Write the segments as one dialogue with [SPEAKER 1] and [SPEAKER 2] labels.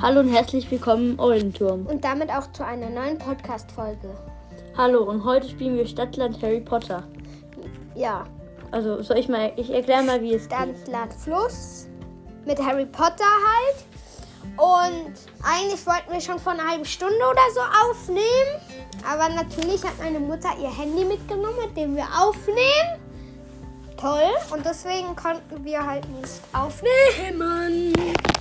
[SPEAKER 1] Hallo und herzlich willkommen im Eulenturm.
[SPEAKER 2] Und damit auch zu einer neuen Podcast-Folge.
[SPEAKER 1] Hallo und heute spielen wir Stadtland Harry Potter.
[SPEAKER 2] Ja,
[SPEAKER 1] Also soll ich mal, ich erkläre mal, wie es geht.
[SPEAKER 2] Stadt, Land, Fluss mit Harry Potter halt. Und eigentlich wollten wir schon vor einer halben Stunde oder so aufnehmen. Aber natürlich hat meine Mutter ihr Handy mitgenommen, mit dem wir aufnehmen. Toll. Und deswegen konnten wir halt nicht aufnehmen.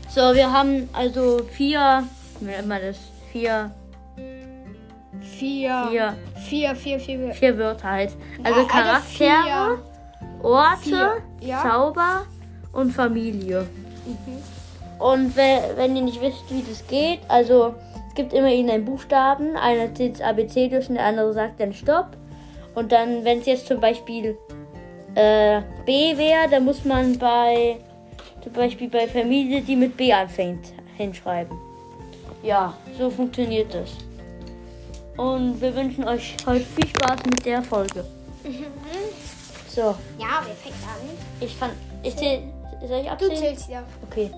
[SPEAKER 1] So, wir haben also vier, wie nennt man das? Vier,
[SPEAKER 2] Vier.
[SPEAKER 1] vier,
[SPEAKER 2] Vier, vier, vier.
[SPEAKER 1] vier Wörter halt. Also Charaktere, Orte,
[SPEAKER 2] Vier, ja.
[SPEAKER 1] Zauber und Familie. Mhm. Und we- wenn ihr nicht wisst, wie das geht, also es gibt immer ihnen einen Buchstaben, einer zählt das ABC durch und der andere sagt dann Stopp. Und dann, wenn es jetzt zum Beispiel äh, B wäre, dann muss man bei zum Beispiel bei Familie, die mit B anfängt, hinschreiben. Ja, so funktioniert das. Und wir wünschen euch heute viel Spaß mit der Folge. So,
[SPEAKER 2] Mhm. Ja, wir fangen an.
[SPEAKER 1] ich kann. Ich zähl, soll ich
[SPEAKER 2] Du
[SPEAKER 1] abzählen?
[SPEAKER 2] zählst ja.
[SPEAKER 1] Okay.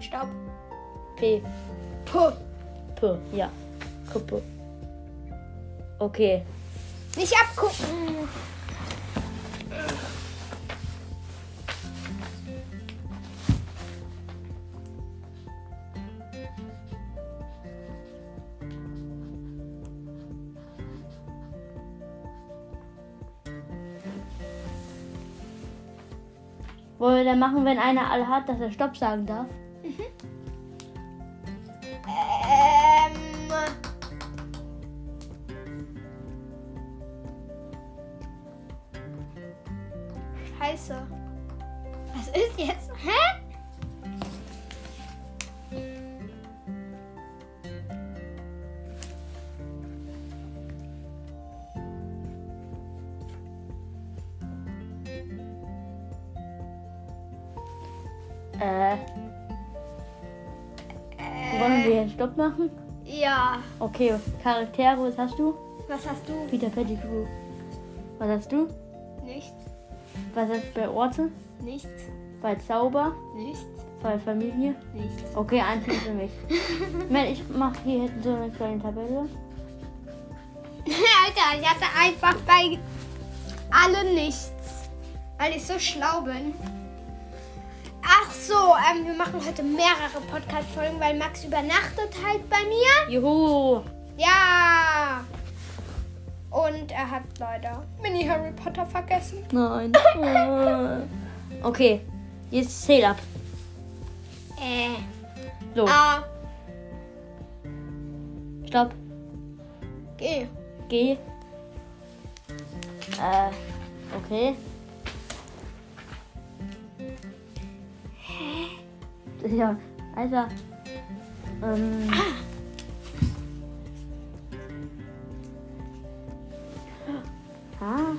[SPEAKER 2] Stopp.
[SPEAKER 1] P.
[SPEAKER 2] Puh.
[SPEAKER 1] P. Ja. Kuppe. Okay.
[SPEAKER 2] Nicht abgucken.
[SPEAKER 1] Wollen wir dann machen, wenn einer alle hat, dass er Stopp sagen darf?
[SPEAKER 2] Ähm. Scheiße. Was ist jetzt? Hä?
[SPEAKER 1] Äh. Wollen wir jetzt Stopp machen?
[SPEAKER 2] Ja.
[SPEAKER 1] Okay, Charaktere, was hast du?
[SPEAKER 2] Was hast du?
[SPEAKER 1] Peter Pettigrew. Was hast du?
[SPEAKER 2] Nichts.
[SPEAKER 1] Was hast du bei Orte?
[SPEAKER 2] Nichts.
[SPEAKER 1] Bei Zauber?
[SPEAKER 2] Nichts.
[SPEAKER 1] Bei Familie?
[SPEAKER 2] Nichts.
[SPEAKER 1] Okay, ein Punkt für mich. Man, ich mache hier hinten so eine kleine Tabelle.
[SPEAKER 2] Alter, ich hatte einfach bei alle nichts. Weil ich so schlau bin. Ach so, ähm, wir machen heute mehrere Podcast-Folgen, weil Max übernachtet halt bei mir.
[SPEAKER 1] Juhu!
[SPEAKER 2] Ja! Und er hat leider Mini Harry Potter vergessen.
[SPEAKER 1] Nein. okay, jetzt zähl ab.
[SPEAKER 2] Äh.
[SPEAKER 1] So,
[SPEAKER 2] A.
[SPEAKER 1] stopp.
[SPEAKER 2] G.
[SPEAKER 1] G. Äh, okay. Hä? Ja, Alter. Ähm. Ah.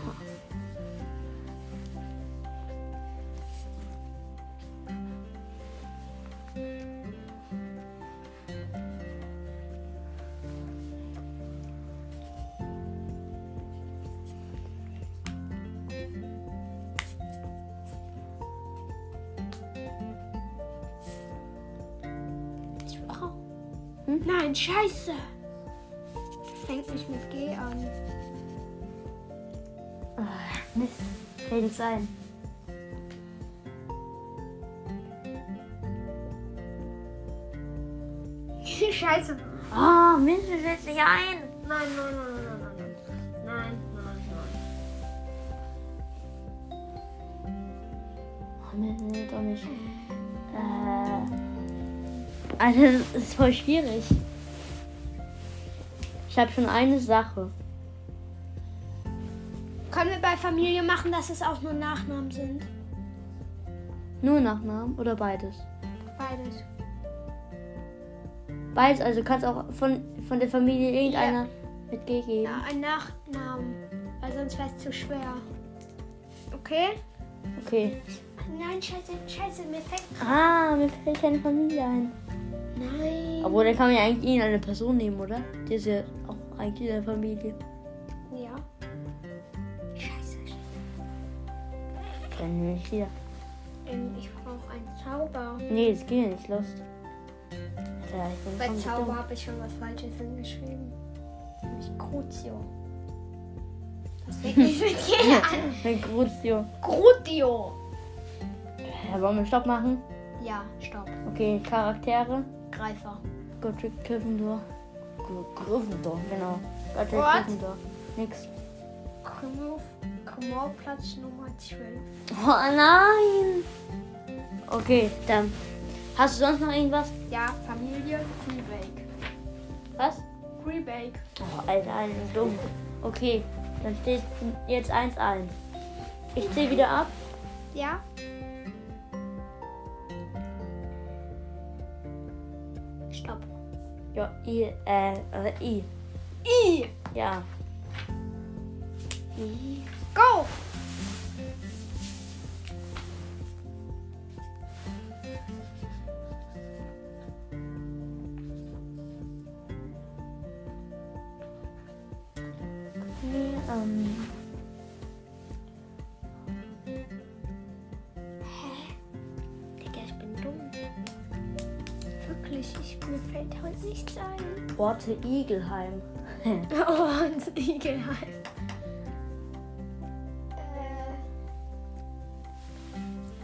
[SPEAKER 2] Au. Nein, scheiße. Das fängt nicht mit G an.
[SPEAKER 1] Ah, Mist. Fällt nichts ein.
[SPEAKER 2] scheiße.
[SPEAKER 1] Ah, Mist, mir fällt nicht ein.
[SPEAKER 2] Nein, nein, nein, nein, nein, nein. Nein, nein, nein.
[SPEAKER 1] Oh, Mist, nee, doch nicht. Äh. Alter, das ist voll schwierig. Ich habe schon eine Sache.
[SPEAKER 2] Können wir bei Familie machen, dass es auch nur Nachnamen sind?
[SPEAKER 1] Nur Nachnamen oder beides?
[SPEAKER 2] Beides.
[SPEAKER 1] Beides, also kannst auch von, von der Familie irgendeiner mit G geben.
[SPEAKER 2] Ja, ein Nachnamen. Weil sonst wäre es zu schwer. Okay?
[SPEAKER 1] Okay.
[SPEAKER 2] Nein, scheiße, scheiße, mir fällt.
[SPEAKER 1] Ah, mir fällt keine Familie ein.
[SPEAKER 2] Nein.
[SPEAKER 1] Obwohl, da kann man ja eigentlich irgendeine Person nehmen, oder? Die ist ja auch eigentlich in der Familie.
[SPEAKER 2] Ja. Scheiße.
[SPEAKER 1] Dann nehme ich hier.
[SPEAKER 2] Ähm, ich brauche einen Zauber.
[SPEAKER 1] Nee, das geht ja nicht, Lost. Alter, ich bin
[SPEAKER 2] Bei
[SPEAKER 1] komplett
[SPEAKER 2] Zauber
[SPEAKER 1] dumm.
[SPEAKER 2] habe ich schon was Falsches hingeschrieben. Nämlich Crucio. Das fängt nicht mit G an.
[SPEAKER 1] Mein Gruzio.
[SPEAKER 2] Crucio.
[SPEAKER 1] Äh, Wollen wir Stopp machen?
[SPEAKER 2] Ja, stopp.
[SPEAKER 1] Okay, Charaktere.
[SPEAKER 2] Greifer.
[SPEAKER 1] Godric Gryffindor. Gr- Gryffindor, genau. Godric
[SPEAKER 2] What?
[SPEAKER 1] Gryffindor. Nix.
[SPEAKER 2] Kumorplatz Nummer 12.
[SPEAKER 1] Oh nein! Okay, dann. Hast du sonst noch irgendwas?
[SPEAKER 2] Ja, Familie Greebake.
[SPEAKER 1] Was?
[SPEAKER 2] Greebake.
[SPEAKER 1] Oh, Alter, Alter, dumm. Okay, dann steht jetzt 1-1. Ich zähle wieder ab.
[SPEAKER 2] Ja? Stopp.
[SPEAKER 1] Ja, I, äh, äh, I.
[SPEAKER 2] I.
[SPEAKER 1] Ja.
[SPEAKER 2] Mhm. Go!
[SPEAKER 1] Ähm.
[SPEAKER 2] Digga, ich bin dumm. Wirklich, ich, mir fällt heute nichts ein.
[SPEAKER 1] Orte Igelheim.
[SPEAKER 2] Oh, und Igel halt. Äh.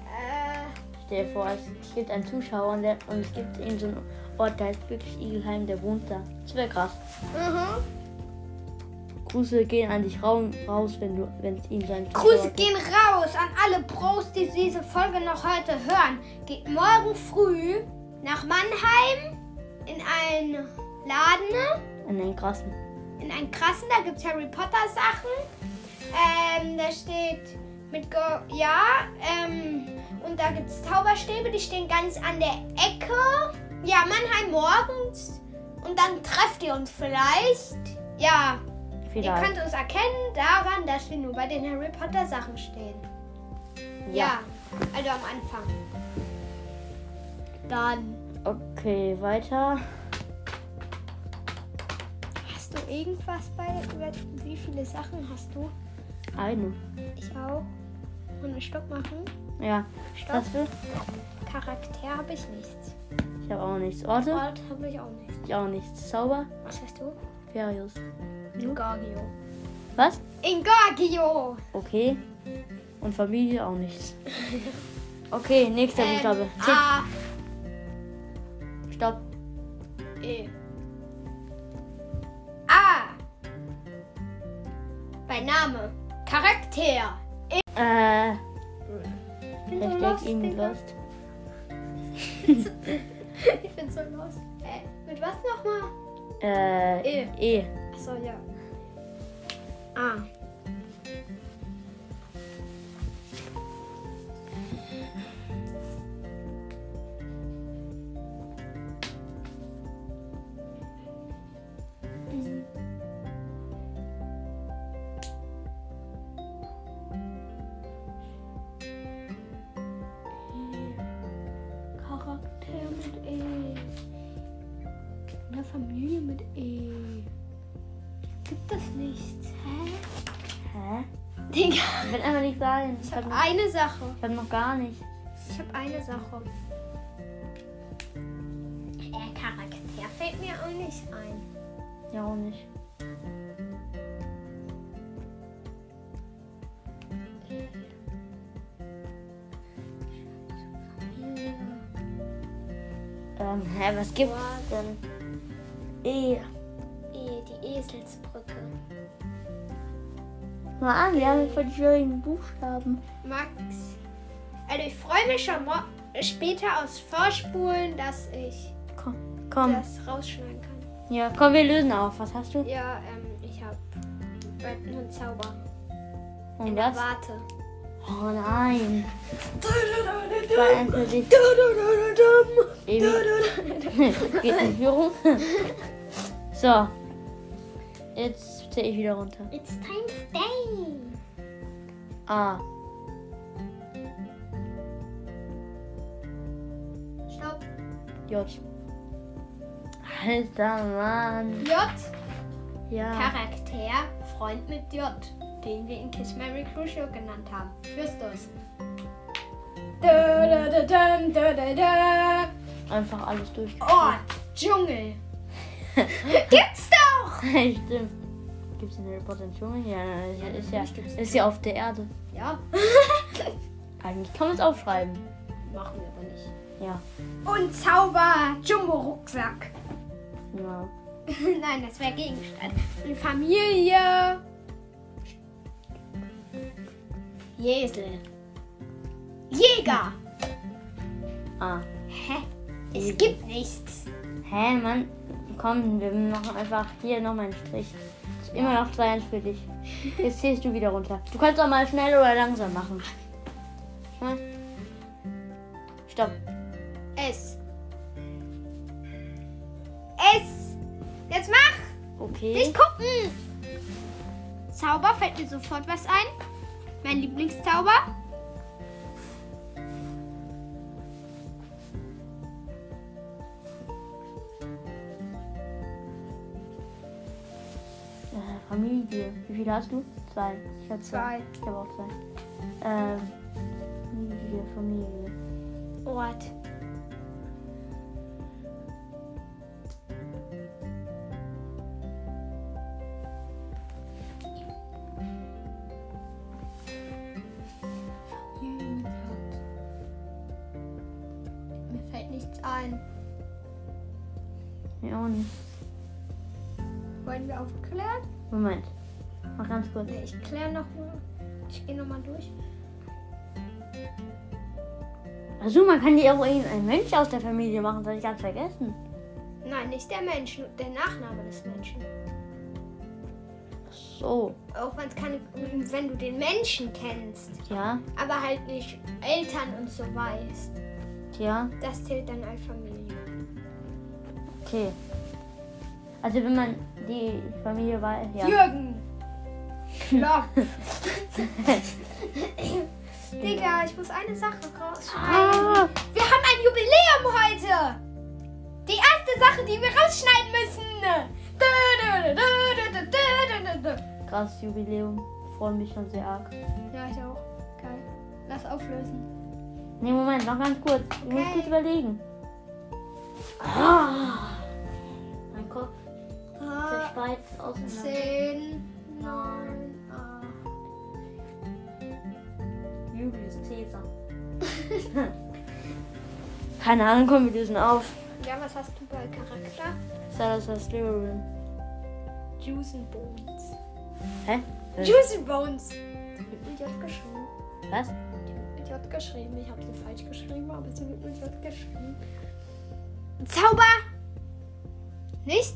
[SPEAKER 2] Äh.
[SPEAKER 1] Stell dir vor, es gibt einen Zuschauer und, der, und es gibt eben so einen Ort, der heißt wirklich Igelheim, der wohnt da. Das wäre krass.
[SPEAKER 2] Mhm.
[SPEAKER 1] Grüße gehen an dich raum, raus, wenn du, wenn es ihm sein
[SPEAKER 2] Grüße gehen raus an alle Pros, die diese Folge noch heute hören. Geht morgen früh nach Mannheim in einen Laden,
[SPEAKER 1] An den krassen.
[SPEAKER 2] in einen krassen, da gibt es Harry Potter Sachen. Ähm, da steht mit Go ja, ähm, und da gibt es Zauberstäbe, die stehen ganz an der Ecke. Ja, Mannheim morgens und dann trefft ihr uns vielleicht. Ja, ihr
[SPEAKER 1] Vielleicht.
[SPEAKER 2] könnt uns erkennen daran, dass wir nur bei den Harry Potter Sachen stehen. Ja, also am Anfang. Dann.
[SPEAKER 1] Okay, weiter.
[SPEAKER 2] Hast du irgendwas bei. über- Wie viele Sachen hast du?
[SPEAKER 1] Eine.
[SPEAKER 2] Ich auch. Und einen Stopp machen.
[SPEAKER 1] Ja.
[SPEAKER 2] Stopp.
[SPEAKER 1] Was für?
[SPEAKER 2] Charakter habe ich nichts.
[SPEAKER 1] Ich habe auch nichts. Orte?
[SPEAKER 2] Ort habe ich auch nichts.
[SPEAKER 1] Ich auch nichts. Zauber?
[SPEAKER 2] Was hast du?
[SPEAKER 1] Ferius.
[SPEAKER 2] Ingorgio.
[SPEAKER 1] Was?
[SPEAKER 2] Ingorgio!
[SPEAKER 1] Okay. Und Familie auch nichts. Okay, nächster
[SPEAKER 2] Ähm,
[SPEAKER 1] Buchstabe. Tipp.
[SPEAKER 2] A.
[SPEAKER 1] Stopp.
[SPEAKER 2] E. A. Bei Name. Charakter.
[SPEAKER 1] Äh,
[SPEAKER 2] Ich bin
[SPEAKER 1] Hashtag ihm
[SPEAKER 2] Digga.
[SPEAKER 1] lost.
[SPEAKER 2] Ich bin so los. Äh, mit was nochmal?
[SPEAKER 1] Äh, E.
[SPEAKER 2] Achso, ja. Ah. Charakter mit E. Eine Familie mit E. Gibt es nichts. Hä?
[SPEAKER 1] Hä?
[SPEAKER 2] Digga.
[SPEAKER 1] Ich will einfach nicht sagen. Ich habe
[SPEAKER 2] Ich habe
[SPEAKER 1] noch,
[SPEAKER 2] eine Sache.
[SPEAKER 1] ich hab noch gar nicht.
[SPEAKER 2] Ich habe eine Sache. Der Charakter fällt mir auch nicht ein.
[SPEAKER 1] Ja, auch nicht. Ähm, hä, was gibt's denn? E.
[SPEAKER 2] E, die Eselsbrücke.
[SPEAKER 1] Mal an, wir haben voll die schwierigen Buchstaben.
[SPEAKER 2] Max. Also ich freue mich schon mo- später aus Vorspulen, dass ich
[SPEAKER 1] Komm, komm.
[SPEAKER 2] das rausschneiden kann.
[SPEAKER 1] Ja, komm, wir lösen auf. Was hast du?
[SPEAKER 2] Ja, ähm, ich habe einen Zauber.
[SPEAKER 1] Und das?
[SPEAKER 2] Warte.
[SPEAKER 1] Oh nein. Zwei, eins für dich. Eben. Geht in Führung. So. Jetzt zähle ich wieder runter.
[SPEAKER 2] It's time stay.
[SPEAKER 1] A.
[SPEAKER 2] Stopp.
[SPEAKER 1] J. Alter Mann.
[SPEAKER 2] J.
[SPEAKER 1] Ja.
[SPEAKER 2] Charakter Freund mit J, den wir in Kiss Mary Crucial genannt haben. Justus. Da, da, da, da, da, da, da.
[SPEAKER 1] Einfach alles durch.
[SPEAKER 2] Oh. Ort, Dschungel. Gibt's doch!
[SPEAKER 1] Stimmt. Gibt es in Harry Potter einen Dschungel? Ja, nein, nein, ist ja, ist ja auf der Erde.
[SPEAKER 2] Ja.
[SPEAKER 1] Eigentlich kann man es aufschreiben.
[SPEAKER 2] Machen wir aber nicht.
[SPEAKER 1] Ja.
[SPEAKER 2] Und Zauber, Jumbo-Rucksack.
[SPEAKER 1] ja.
[SPEAKER 2] Nein, das wäre Gegenstand. Und Familie. Jesel. Jäger.
[SPEAKER 1] Ah.
[SPEAKER 2] Hä? Es gibt nichts.
[SPEAKER 1] Hä, Mann? Komm, wir machen einfach hier nochmal einen Strich. Ist immer noch 2-1 für dich. Jetzt ziehst du wieder runter. Du kannst auch mal schnell oder langsam machen. Hm? Stopp.
[SPEAKER 2] Es. Es. Jetzt mach.
[SPEAKER 1] Okay.
[SPEAKER 2] Nicht gucken. Zauber fällt mir sofort was ein. Mein Lieblingszauber.
[SPEAKER 1] Äh, Familie. Wie viele hast du? Zwei. Ich hab
[SPEAKER 2] Zwei.
[SPEAKER 1] Ich habe auch zwei. Ähm. Familie, Familie.
[SPEAKER 2] Ort. Mir fällt nichts ein.
[SPEAKER 1] Ja, auch nicht.
[SPEAKER 2] Wollen wir aufklären?
[SPEAKER 1] Moment. Mal ganz kurz.
[SPEAKER 2] Ne, ich kläre noch mal. Ich gehe noch mal durch.
[SPEAKER 1] Also man kann dir auch irgendein Mensch aus der Familie machen, das hab ich ganz vergessen.
[SPEAKER 2] Nein, nicht der Mensch, nur der Nachname des Menschen.
[SPEAKER 1] Ach So,
[SPEAKER 2] Auch wenn es keine, wenn du den Menschen kennst,
[SPEAKER 1] ja,
[SPEAKER 2] aber halt nicht Eltern und so weißt,
[SPEAKER 1] ja,
[SPEAKER 2] das zählt dann als Familie.
[SPEAKER 1] okay. Also wenn man die Familie war, ja.
[SPEAKER 2] Jürgen. Ja. Digga, ich muss eine Sache rausschneiden.
[SPEAKER 1] Ah,
[SPEAKER 2] Wir haben ein Jubiläum heute. Die erste Sache, die wir rausschneiden müssen. Dö, dö, dö, dö, dö, dö, dö, dö, dö.
[SPEAKER 1] krasses Jubiläum. Freue mich schon sehr arg.
[SPEAKER 2] Ja, ich auch. Geil. Lass auflösen.
[SPEAKER 1] Nee, Moment, noch ganz kurz. Ich muss
[SPEAKER 2] Okay.
[SPEAKER 1] kurz überlegen. Ah, mein Kopf Ah. zerspreizt auseinander.
[SPEAKER 2] 10, 9, 8.
[SPEAKER 1] Julius Caesar. Keine Ahnung, komm, wir lösen auf.
[SPEAKER 2] Ja, was hast du bei Charakter?
[SPEAKER 1] Salazar Slytherin.
[SPEAKER 2] Juice and Bones.
[SPEAKER 1] Hä?
[SPEAKER 2] Juice and Bones! Wird mit J geschrieben.
[SPEAKER 1] Was?
[SPEAKER 2] Mit J geschrieben. Ich habe sie falsch geschrieben, aber sie wird mit J geschrieben. Zauber! Nicht?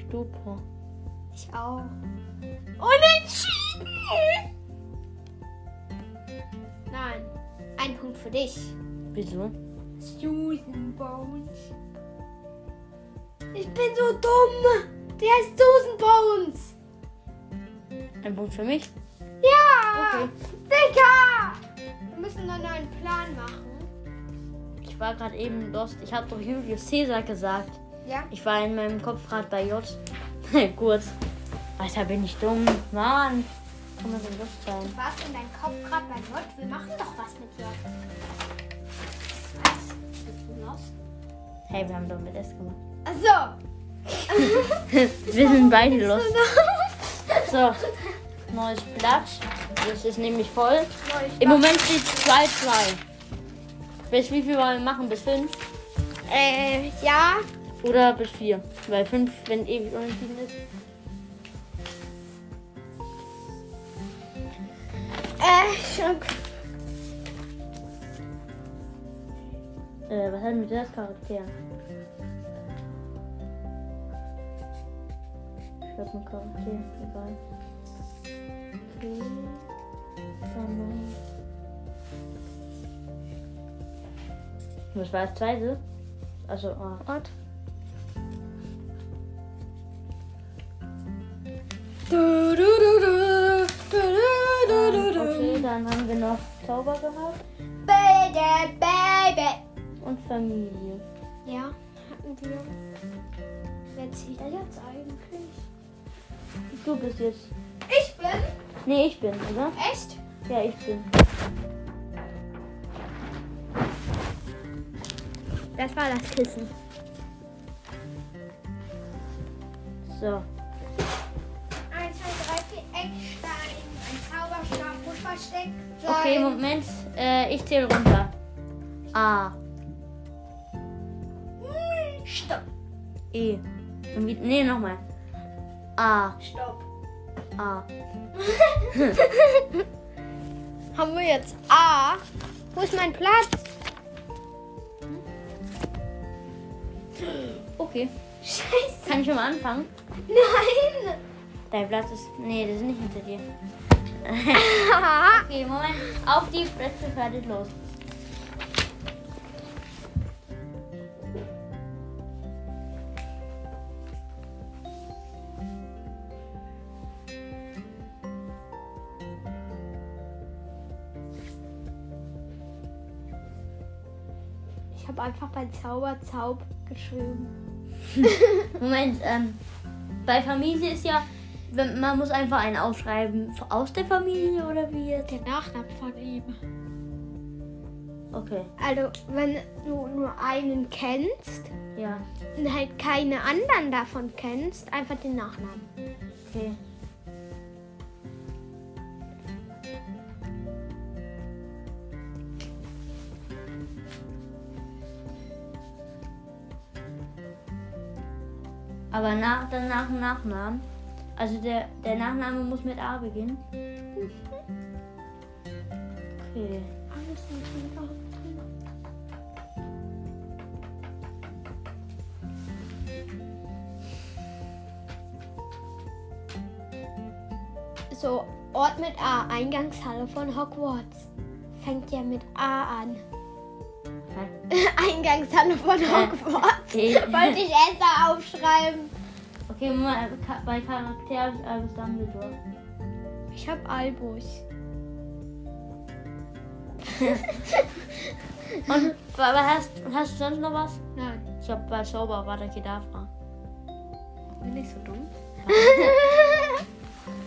[SPEAKER 1] Stupor.
[SPEAKER 2] Ich auch. Unentschieden! Nein. Ein Punkt für dich.
[SPEAKER 1] Wieso?
[SPEAKER 2] Susan Bones. Ich bin so dumm! Die heißt Susan Bones!
[SPEAKER 1] Ein Punkt für mich?
[SPEAKER 2] Ja!
[SPEAKER 1] Okay.
[SPEAKER 2] Dicker! Wir müssen noch einen neuen Plan machen.
[SPEAKER 1] Ich war gerade eben lost. Ich habe doch Julius Caesar gesagt.
[SPEAKER 2] Ja?
[SPEAKER 1] Ich war in meinem Kopf gerade bei J. Kurz. Alter, bin ich dumm. Mann. Kann man so lost sein?
[SPEAKER 2] warst in deinem Kopf gerade bei J. Wir machen doch was mit J.
[SPEAKER 1] Hey, wir haben doch mit S gemacht.
[SPEAKER 2] Achso.
[SPEAKER 1] wir sind beide lost. So. Neues Blatt. Das ist nämlich voll. Im Moment steht 2-2. Bis wie viel wollen wir machen? Bis 5?
[SPEAKER 2] Äh, ja.
[SPEAKER 1] Oder bis 4? Weil 5, wenn ewig unentschieden ist.
[SPEAKER 2] Äh, schon.
[SPEAKER 1] Äh, was hat mit das Charakter? Ich hab einen Charakter, egal. Okay. Dann, äh, Was war das zweite? Also, ah. Ort.
[SPEAKER 2] Du, du, du, du. Du, du, du, du, du.
[SPEAKER 1] Okay, dann haben wir noch Zauber gehabt
[SPEAKER 2] Baby, baby.
[SPEAKER 1] und Familie.
[SPEAKER 2] Ja, hatten wir. Wer zählt da jetzt eigentlich?
[SPEAKER 1] Du bist jetzt.
[SPEAKER 2] Ich bin.
[SPEAKER 1] Nee, ich bin, oder?
[SPEAKER 2] Echt?
[SPEAKER 1] Ja, ich bin.
[SPEAKER 2] Das war das Kissen.
[SPEAKER 1] So.
[SPEAKER 2] 1, 2, 3, 4, Eckstein, ein Zauberstab, Buschversteck.
[SPEAKER 1] Okay, Moment. Äh, ich zähle runter. A,
[SPEAKER 2] Stopp,
[SPEAKER 1] E. Und wie, nee, nochmal. A,
[SPEAKER 2] stopp.
[SPEAKER 1] A.
[SPEAKER 2] Haben wir jetzt A. Wo ist mein Platz?
[SPEAKER 1] Okay.
[SPEAKER 2] Scheiße.
[SPEAKER 1] Kann ich schon mal anfangen?
[SPEAKER 2] Nein.
[SPEAKER 1] Dein Platz ist. Nee, das ist nicht hinter dir.
[SPEAKER 2] Haha.
[SPEAKER 1] Okay, Moment. Auf die Plätze fertig los.
[SPEAKER 2] Ich habe einfach bei Zauber Zaub geschrieben.
[SPEAKER 1] Moment, ähm, bei Familie ist ja, wenn- man muss einfach einen ausschreiben. Aus der Familie oder wie jetzt?
[SPEAKER 3] Der Nachname von ihm.
[SPEAKER 1] Okay,
[SPEAKER 2] Also, wenn du nur einen kennst
[SPEAKER 1] ja.
[SPEAKER 2] und halt keine anderen davon kennst, einfach den Nachnamen.
[SPEAKER 1] Okay. Aber nach, dann nach dem Nachnamen. Also der, der Nachname muss mit A beginnen. Okay.
[SPEAKER 2] Alles natürlich So, Ort mit A, Eingangshalle von Hogwarts. Fängt ja mit A an. Eingangshalle von Hogwarts.
[SPEAKER 1] Okay.
[SPEAKER 2] Wollte ich Esther aufschreiben.
[SPEAKER 1] Okay, Moment, Ka- bei Charakter habe ich Albus Dumbledore.
[SPEAKER 2] Ich hab Albus.
[SPEAKER 1] Und aber hast, hast du sonst noch was?
[SPEAKER 3] Nein,
[SPEAKER 1] Ich habe bei Zauber war der Kedavra.
[SPEAKER 3] bin nicht so dumm.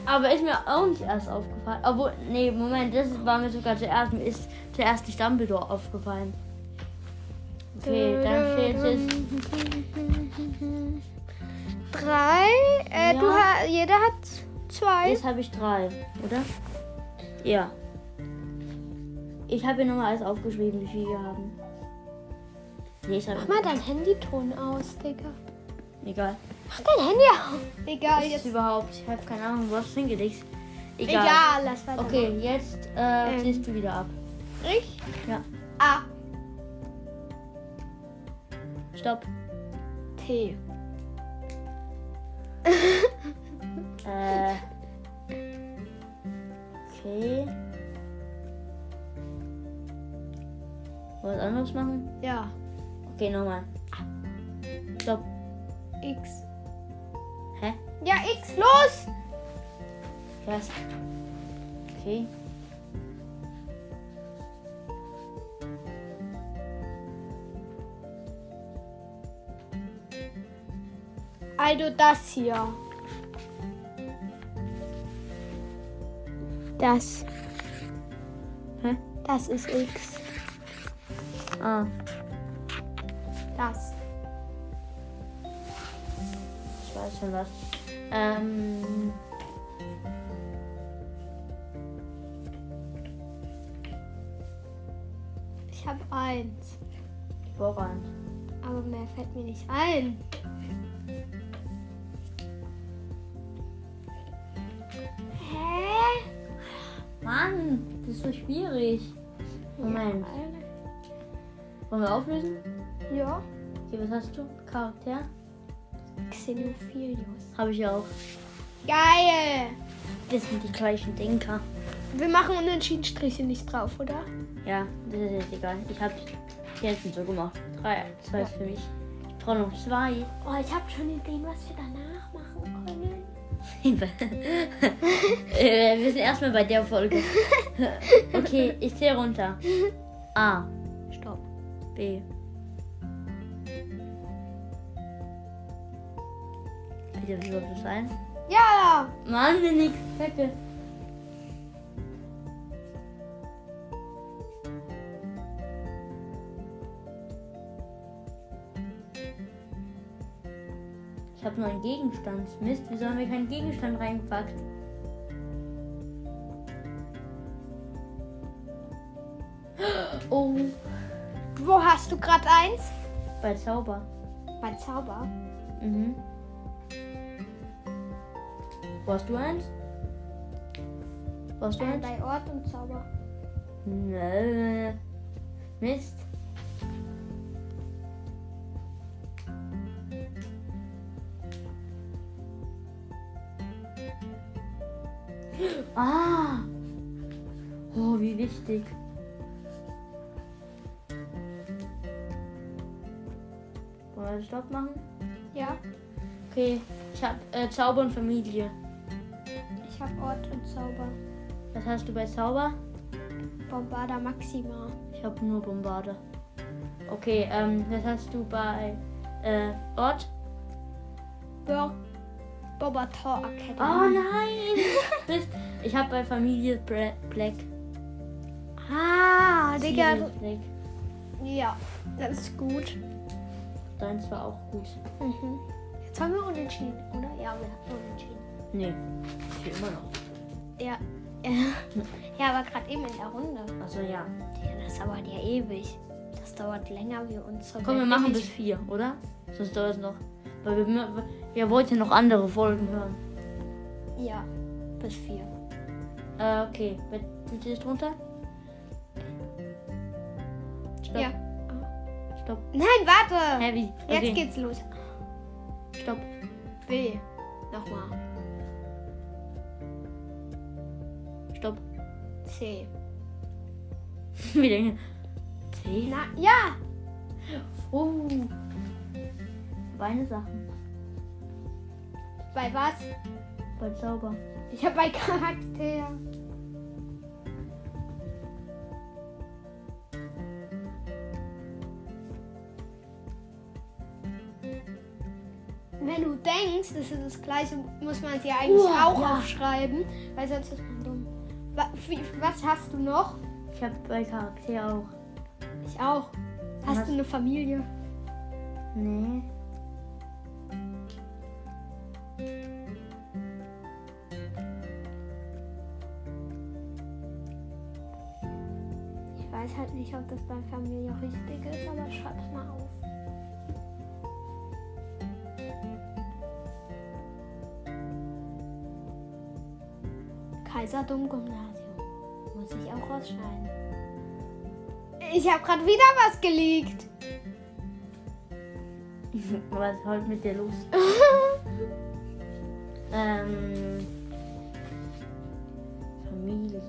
[SPEAKER 1] Aber ist mir auch nicht erst aufgefallen. Obwohl, nee, Moment, das war mir sogar zuerst. Mir ist zuerst die Dumbledore aufgefallen.
[SPEAKER 2] Äh,
[SPEAKER 1] Okay, dann fehlt es.
[SPEAKER 2] Drei. Äh,
[SPEAKER 1] Ja.
[SPEAKER 2] du ha jeder hat zwei.
[SPEAKER 1] Jetzt habe ich drei, oder? Ja. Ich habe hier nochmal alles aufgeschrieben, wie viel wir haben. Nee, ich
[SPEAKER 2] Mach
[SPEAKER 1] habe.
[SPEAKER 2] mal dein Handyton aus, Digga.
[SPEAKER 1] Egal.
[SPEAKER 2] Mach dein Handy aus. Egal,
[SPEAKER 1] Ist es überhaupt? Ich habe keine Ahnung, wo hast du hingelegt? Egal.
[SPEAKER 2] Egal, lass weiter.
[SPEAKER 1] Okay, jetzt äh,
[SPEAKER 2] Ähm.
[SPEAKER 1] ziehst du wieder ab.
[SPEAKER 2] machen. Ich?
[SPEAKER 1] Ja.
[SPEAKER 2] A.
[SPEAKER 1] Stopp.
[SPEAKER 2] T.
[SPEAKER 1] Äh. Okay. Was anderes machen?
[SPEAKER 2] Ja.
[SPEAKER 1] Okay, nochmal. Stopp.
[SPEAKER 2] X.
[SPEAKER 1] Hä?
[SPEAKER 2] Ja, X, los!
[SPEAKER 1] Was? Okay.
[SPEAKER 2] Also das hier. Das.
[SPEAKER 1] Hä?
[SPEAKER 2] Das ist X.
[SPEAKER 1] Ah.
[SPEAKER 2] Das.
[SPEAKER 1] Ich weiß schon was. Ähm.
[SPEAKER 2] Ich habe eins.
[SPEAKER 1] Ich brauche eins.
[SPEAKER 2] Aber mehr fällt mir nicht ein. Hä?
[SPEAKER 1] Mann, das ist so schwierig. Moment. Wollen wir auflösen?
[SPEAKER 2] Ja.
[SPEAKER 1] Okay, was hast du? Charakter?
[SPEAKER 2] Xenophilius.
[SPEAKER 1] Habe ich ja auch.
[SPEAKER 2] Geil!
[SPEAKER 1] Das sind die gleichen Denker.
[SPEAKER 2] Wir machen unentschieden Striche nicht drauf, oder?
[SPEAKER 1] Ja, das ist jetzt egal. Ich hab die letzten so gemacht. Drei, zwei ist für mich. Ich brauche noch zwei.
[SPEAKER 2] Oh, ich habe schon Ideen, was wir danach machen können.
[SPEAKER 1] Äh, Wir sind erstmal bei der Folge. Okay, ich zähle runter. A,
[SPEAKER 2] Stopp.
[SPEAKER 1] B. Bitte, wie soll das sein?
[SPEAKER 2] Ja!
[SPEAKER 1] Mann, bin nix. Kacke. Ich habe nur einen Gegenstand. Mist, wieso haben wir keinen Gegenstand reingepackt? Oh,
[SPEAKER 2] Wo hast du gerade eins?
[SPEAKER 1] bei Zauber.
[SPEAKER 2] Bei Zauber.
[SPEAKER 1] Mhm. Wo hast du eins? Wo hast du
[SPEAKER 2] Äh,
[SPEAKER 1] eins?
[SPEAKER 2] bei Ort und Zauber.
[SPEAKER 1] Nö. Mist. Ah! Oh, wie wichtig. Wollen wir Stopp machen?
[SPEAKER 2] Ja.
[SPEAKER 1] Okay, ich hab äh, Zauber und Familie.
[SPEAKER 2] Ich habe Ort und Zauber.
[SPEAKER 1] Was hast du bei Zauber?
[SPEAKER 2] Bombarda Maxima.
[SPEAKER 1] Ich habe nur Bombarde. Okay, ähm, das hast du bei äh, Ort.
[SPEAKER 2] Bor Bobator Academy.
[SPEAKER 1] Oh nein! Mist. ich habe bei Familie Bra Black.
[SPEAKER 2] Ah, Digga.
[SPEAKER 1] Familie Black.
[SPEAKER 2] Ja, das ist gut.
[SPEAKER 1] Deins war auch gut.
[SPEAKER 2] Mhm. Jetzt haben wir unentschieden, oder? Ja, wir hatten unentschieden.
[SPEAKER 1] Nee, ich immer noch.
[SPEAKER 2] Ja. Ja, ja aber gerade eben in der Runde.
[SPEAKER 1] Also ja.
[SPEAKER 2] Ja, das dauert ja ewig. Das dauert länger wie unsere.
[SPEAKER 1] Komm, wir
[SPEAKER 2] Welt.
[SPEAKER 1] machen bis vier, oder? Sonst dauert es noch. Weil wir, wir wollten noch andere Folgen hören.
[SPEAKER 2] Ja, bis vier.
[SPEAKER 1] Äh, okay. Mit- Willst du das drunter? Stopp.
[SPEAKER 2] Ja.
[SPEAKER 1] Stopp.
[SPEAKER 2] Nein, warte.
[SPEAKER 1] Heavy.
[SPEAKER 2] Jetzt
[SPEAKER 1] Okay.
[SPEAKER 2] geht's los.
[SPEAKER 1] Stopp.
[SPEAKER 2] B. Nochmal.
[SPEAKER 1] Stopp.
[SPEAKER 2] C.
[SPEAKER 1] Wie lange? Zehn?
[SPEAKER 2] Na, ja.
[SPEAKER 1] Oh. Meine Sachen.
[SPEAKER 2] Bei was?
[SPEAKER 1] Bei Zauber.
[SPEAKER 2] Ich habe bei Charakter. Wenn du denkst, das ist das gleiche, muss man es ja eigentlich
[SPEAKER 1] Uah,
[SPEAKER 2] auch
[SPEAKER 1] ja.
[SPEAKER 2] aufschreiben, weil sonst ist man dumm. Wa- wie- Was hast du noch?
[SPEAKER 1] Ich habe bei Charakter auch.
[SPEAKER 2] Ich auch. Hast
[SPEAKER 1] Was?
[SPEAKER 2] du eine Familie?
[SPEAKER 1] Nee.
[SPEAKER 2] Ich weiß halt nicht, ob das bei Familie richtig ist, aber schreib's mal auf. Kaiserdom-Gymnasium. Muss ich auch rausschneiden. Ich habe gerade wieder was geleakt.
[SPEAKER 1] Was ist heute mit dir los? ähm. Familie.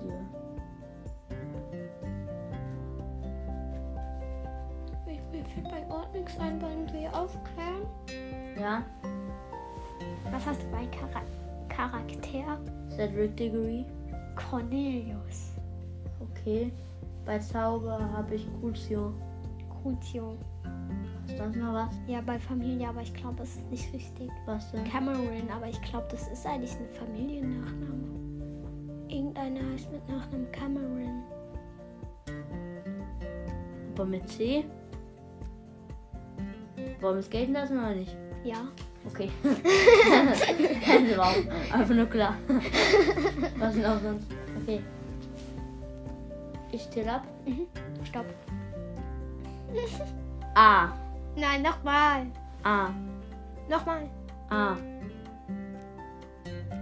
[SPEAKER 2] Mir fällt bei Ort nichts ein, wollen wir aufklären?
[SPEAKER 1] Ja.
[SPEAKER 2] Was hast du bei Chara Charakter?
[SPEAKER 1] Cedric Diggory.
[SPEAKER 2] Cornelius.
[SPEAKER 1] Okay. Bei Zauber habe ich Crucio.
[SPEAKER 2] Crucio.
[SPEAKER 1] Hast du sonst noch was?
[SPEAKER 2] Ja, bei Familie, aber ich glaube, es ist nicht richtig.
[SPEAKER 1] Was denn?
[SPEAKER 2] Cameron, aber ich glaube, das ist eigentlich ein Familiennachname. Irgendeiner heißt mit Nachnamen Cameron.
[SPEAKER 1] Aber mit C? Wollen wir es gelten lassen oder nicht?
[SPEAKER 2] Ja.
[SPEAKER 1] Okay. Hände rauf. Einfach nur klar. Was denn auch sonst? Okay. Ich zähle ab.
[SPEAKER 2] Stopp.
[SPEAKER 1] A.
[SPEAKER 2] Nein, nochmal.
[SPEAKER 1] A.
[SPEAKER 2] Nochmal.
[SPEAKER 1] A.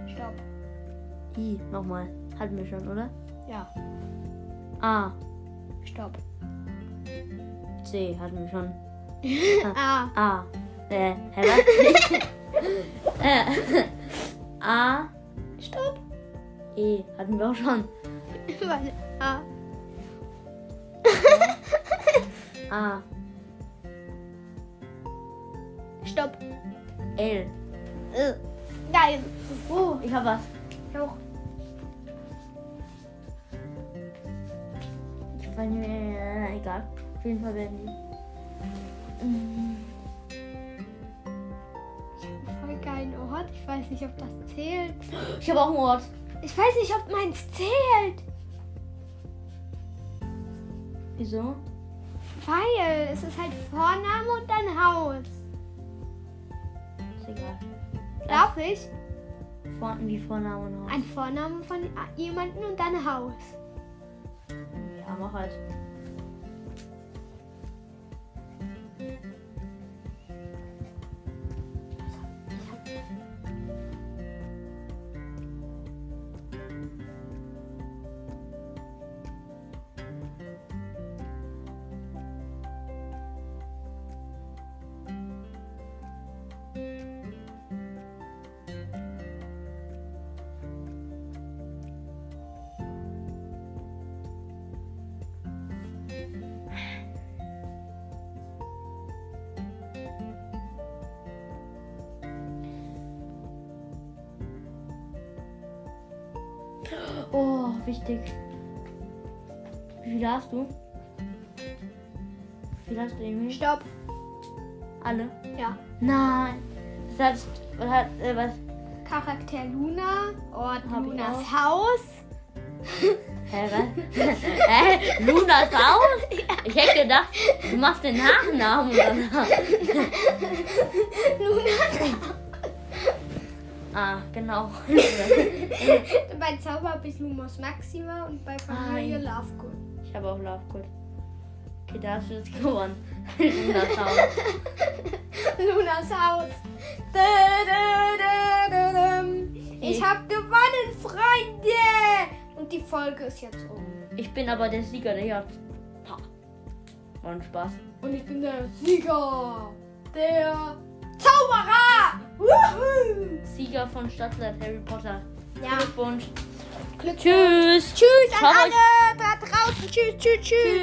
[SPEAKER 2] Stopp.
[SPEAKER 1] I. Nochmal. Hatten wir schon, oder?
[SPEAKER 2] Ja.
[SPEAKER 1] A.
[SPEAKER 2] Stopp.
[SPEAKER 1] C. Hatten wir schon.
[SPEAKER 2] Ah.
[SPEAKER 1] A. Äh, hä, was? äh, A.
[SPEAKER 2] Stopp.
[SPEAKER 1] E. Hatten wir auch schon.
[SPEAKER 2] Weil- ah.
[SPEAKER 1] A.
[SPEAKER 2] Stopp.
[SPEAKER 1] L.
[SPEAKER 2] Äh. Nein.
[SPEAKER 1] Oh, ich hab was.
[SPEAKER 2] Hoch.
[SPEAKER 1] Ich weiß nicht mehr. Egal. Auf jeden Fall werden die.
[SPEAKER 2] Voll geilen Ort. Ich weiß nicht, ob das zählt.
[SPEAKER 1] Ich habe auch einen Ort.
[SPEAKER 2] Ich weiß nicht, ob meins zählt.
[SPEAKER 1] Wieso?
[SPEAKER 2] Weil es ist halt Vorname und dann Haus.
[SPEAKER 1] C. egal.
[SPEAKER 2] Darf ich?
[SPEAKER 1] Vor, wie Vorname und Haus.
[SPEAKER 2] Ein Vornamen von jemandem und dann Haus.
[SPEAKER 1] Ja, mach halt. Oh, wichtig. Wie viele hast du? Wie viele hast du, Emil?
[SPEAKER 2] Stopp.
[SPEAKER 1] Alle?
[SPEAKER 2] Ja.
[SPEAKER 1] Nein. Das heißt, was hat, äh, was?
[SPEAKER 2] Charakter Luna, Ort
[SPEAKER 1] Hab ich
[SPEAKER 2] Lunas Haus.
[SPEAKER 1] Hä, was? Hä? Lunas Haus? Ich hätte gedacht, du machst den Nachnamen oder so.
[SPEAKER 2] Luna.
[SPEAKER 1] Ah, genau.
[SPEAKER 2] bei Zauber habe ich Lumos Maxima und bei Familie Lovegood.
[SPEAKER 1] Ich habe auch Lovegood. Okay, da hast du jetzt gewonnen. Lunas Haus.
[SPEAKER 2] Lunas Haus. Dö, dö, dö, dö, dö. Ich habe gewonnen, Freunde. Und die Folge ist jetzt um.
[SPEAKER 1] Ich bin aber der Sieger, der hat. War ein Spaß.
[SPEAKER 2] Und ich bin der Sieger. Der Zauberer. Wuhu.
[SPEAKER 1] Sieger von Stadtland Harry Potter.
[SPEAKER 2] Ja,
[SPEAKER 1] Glückwunsch.
[SPEAKER 2] Glückwunsch.
[SPEAKER 1] Tschüss.
[SPEAKER 2] Tschüss an
[SPEAKER 1] Schaut euch-
[SPEAKER 2] alle da draußen. Tschüss, tschüss, tschüss.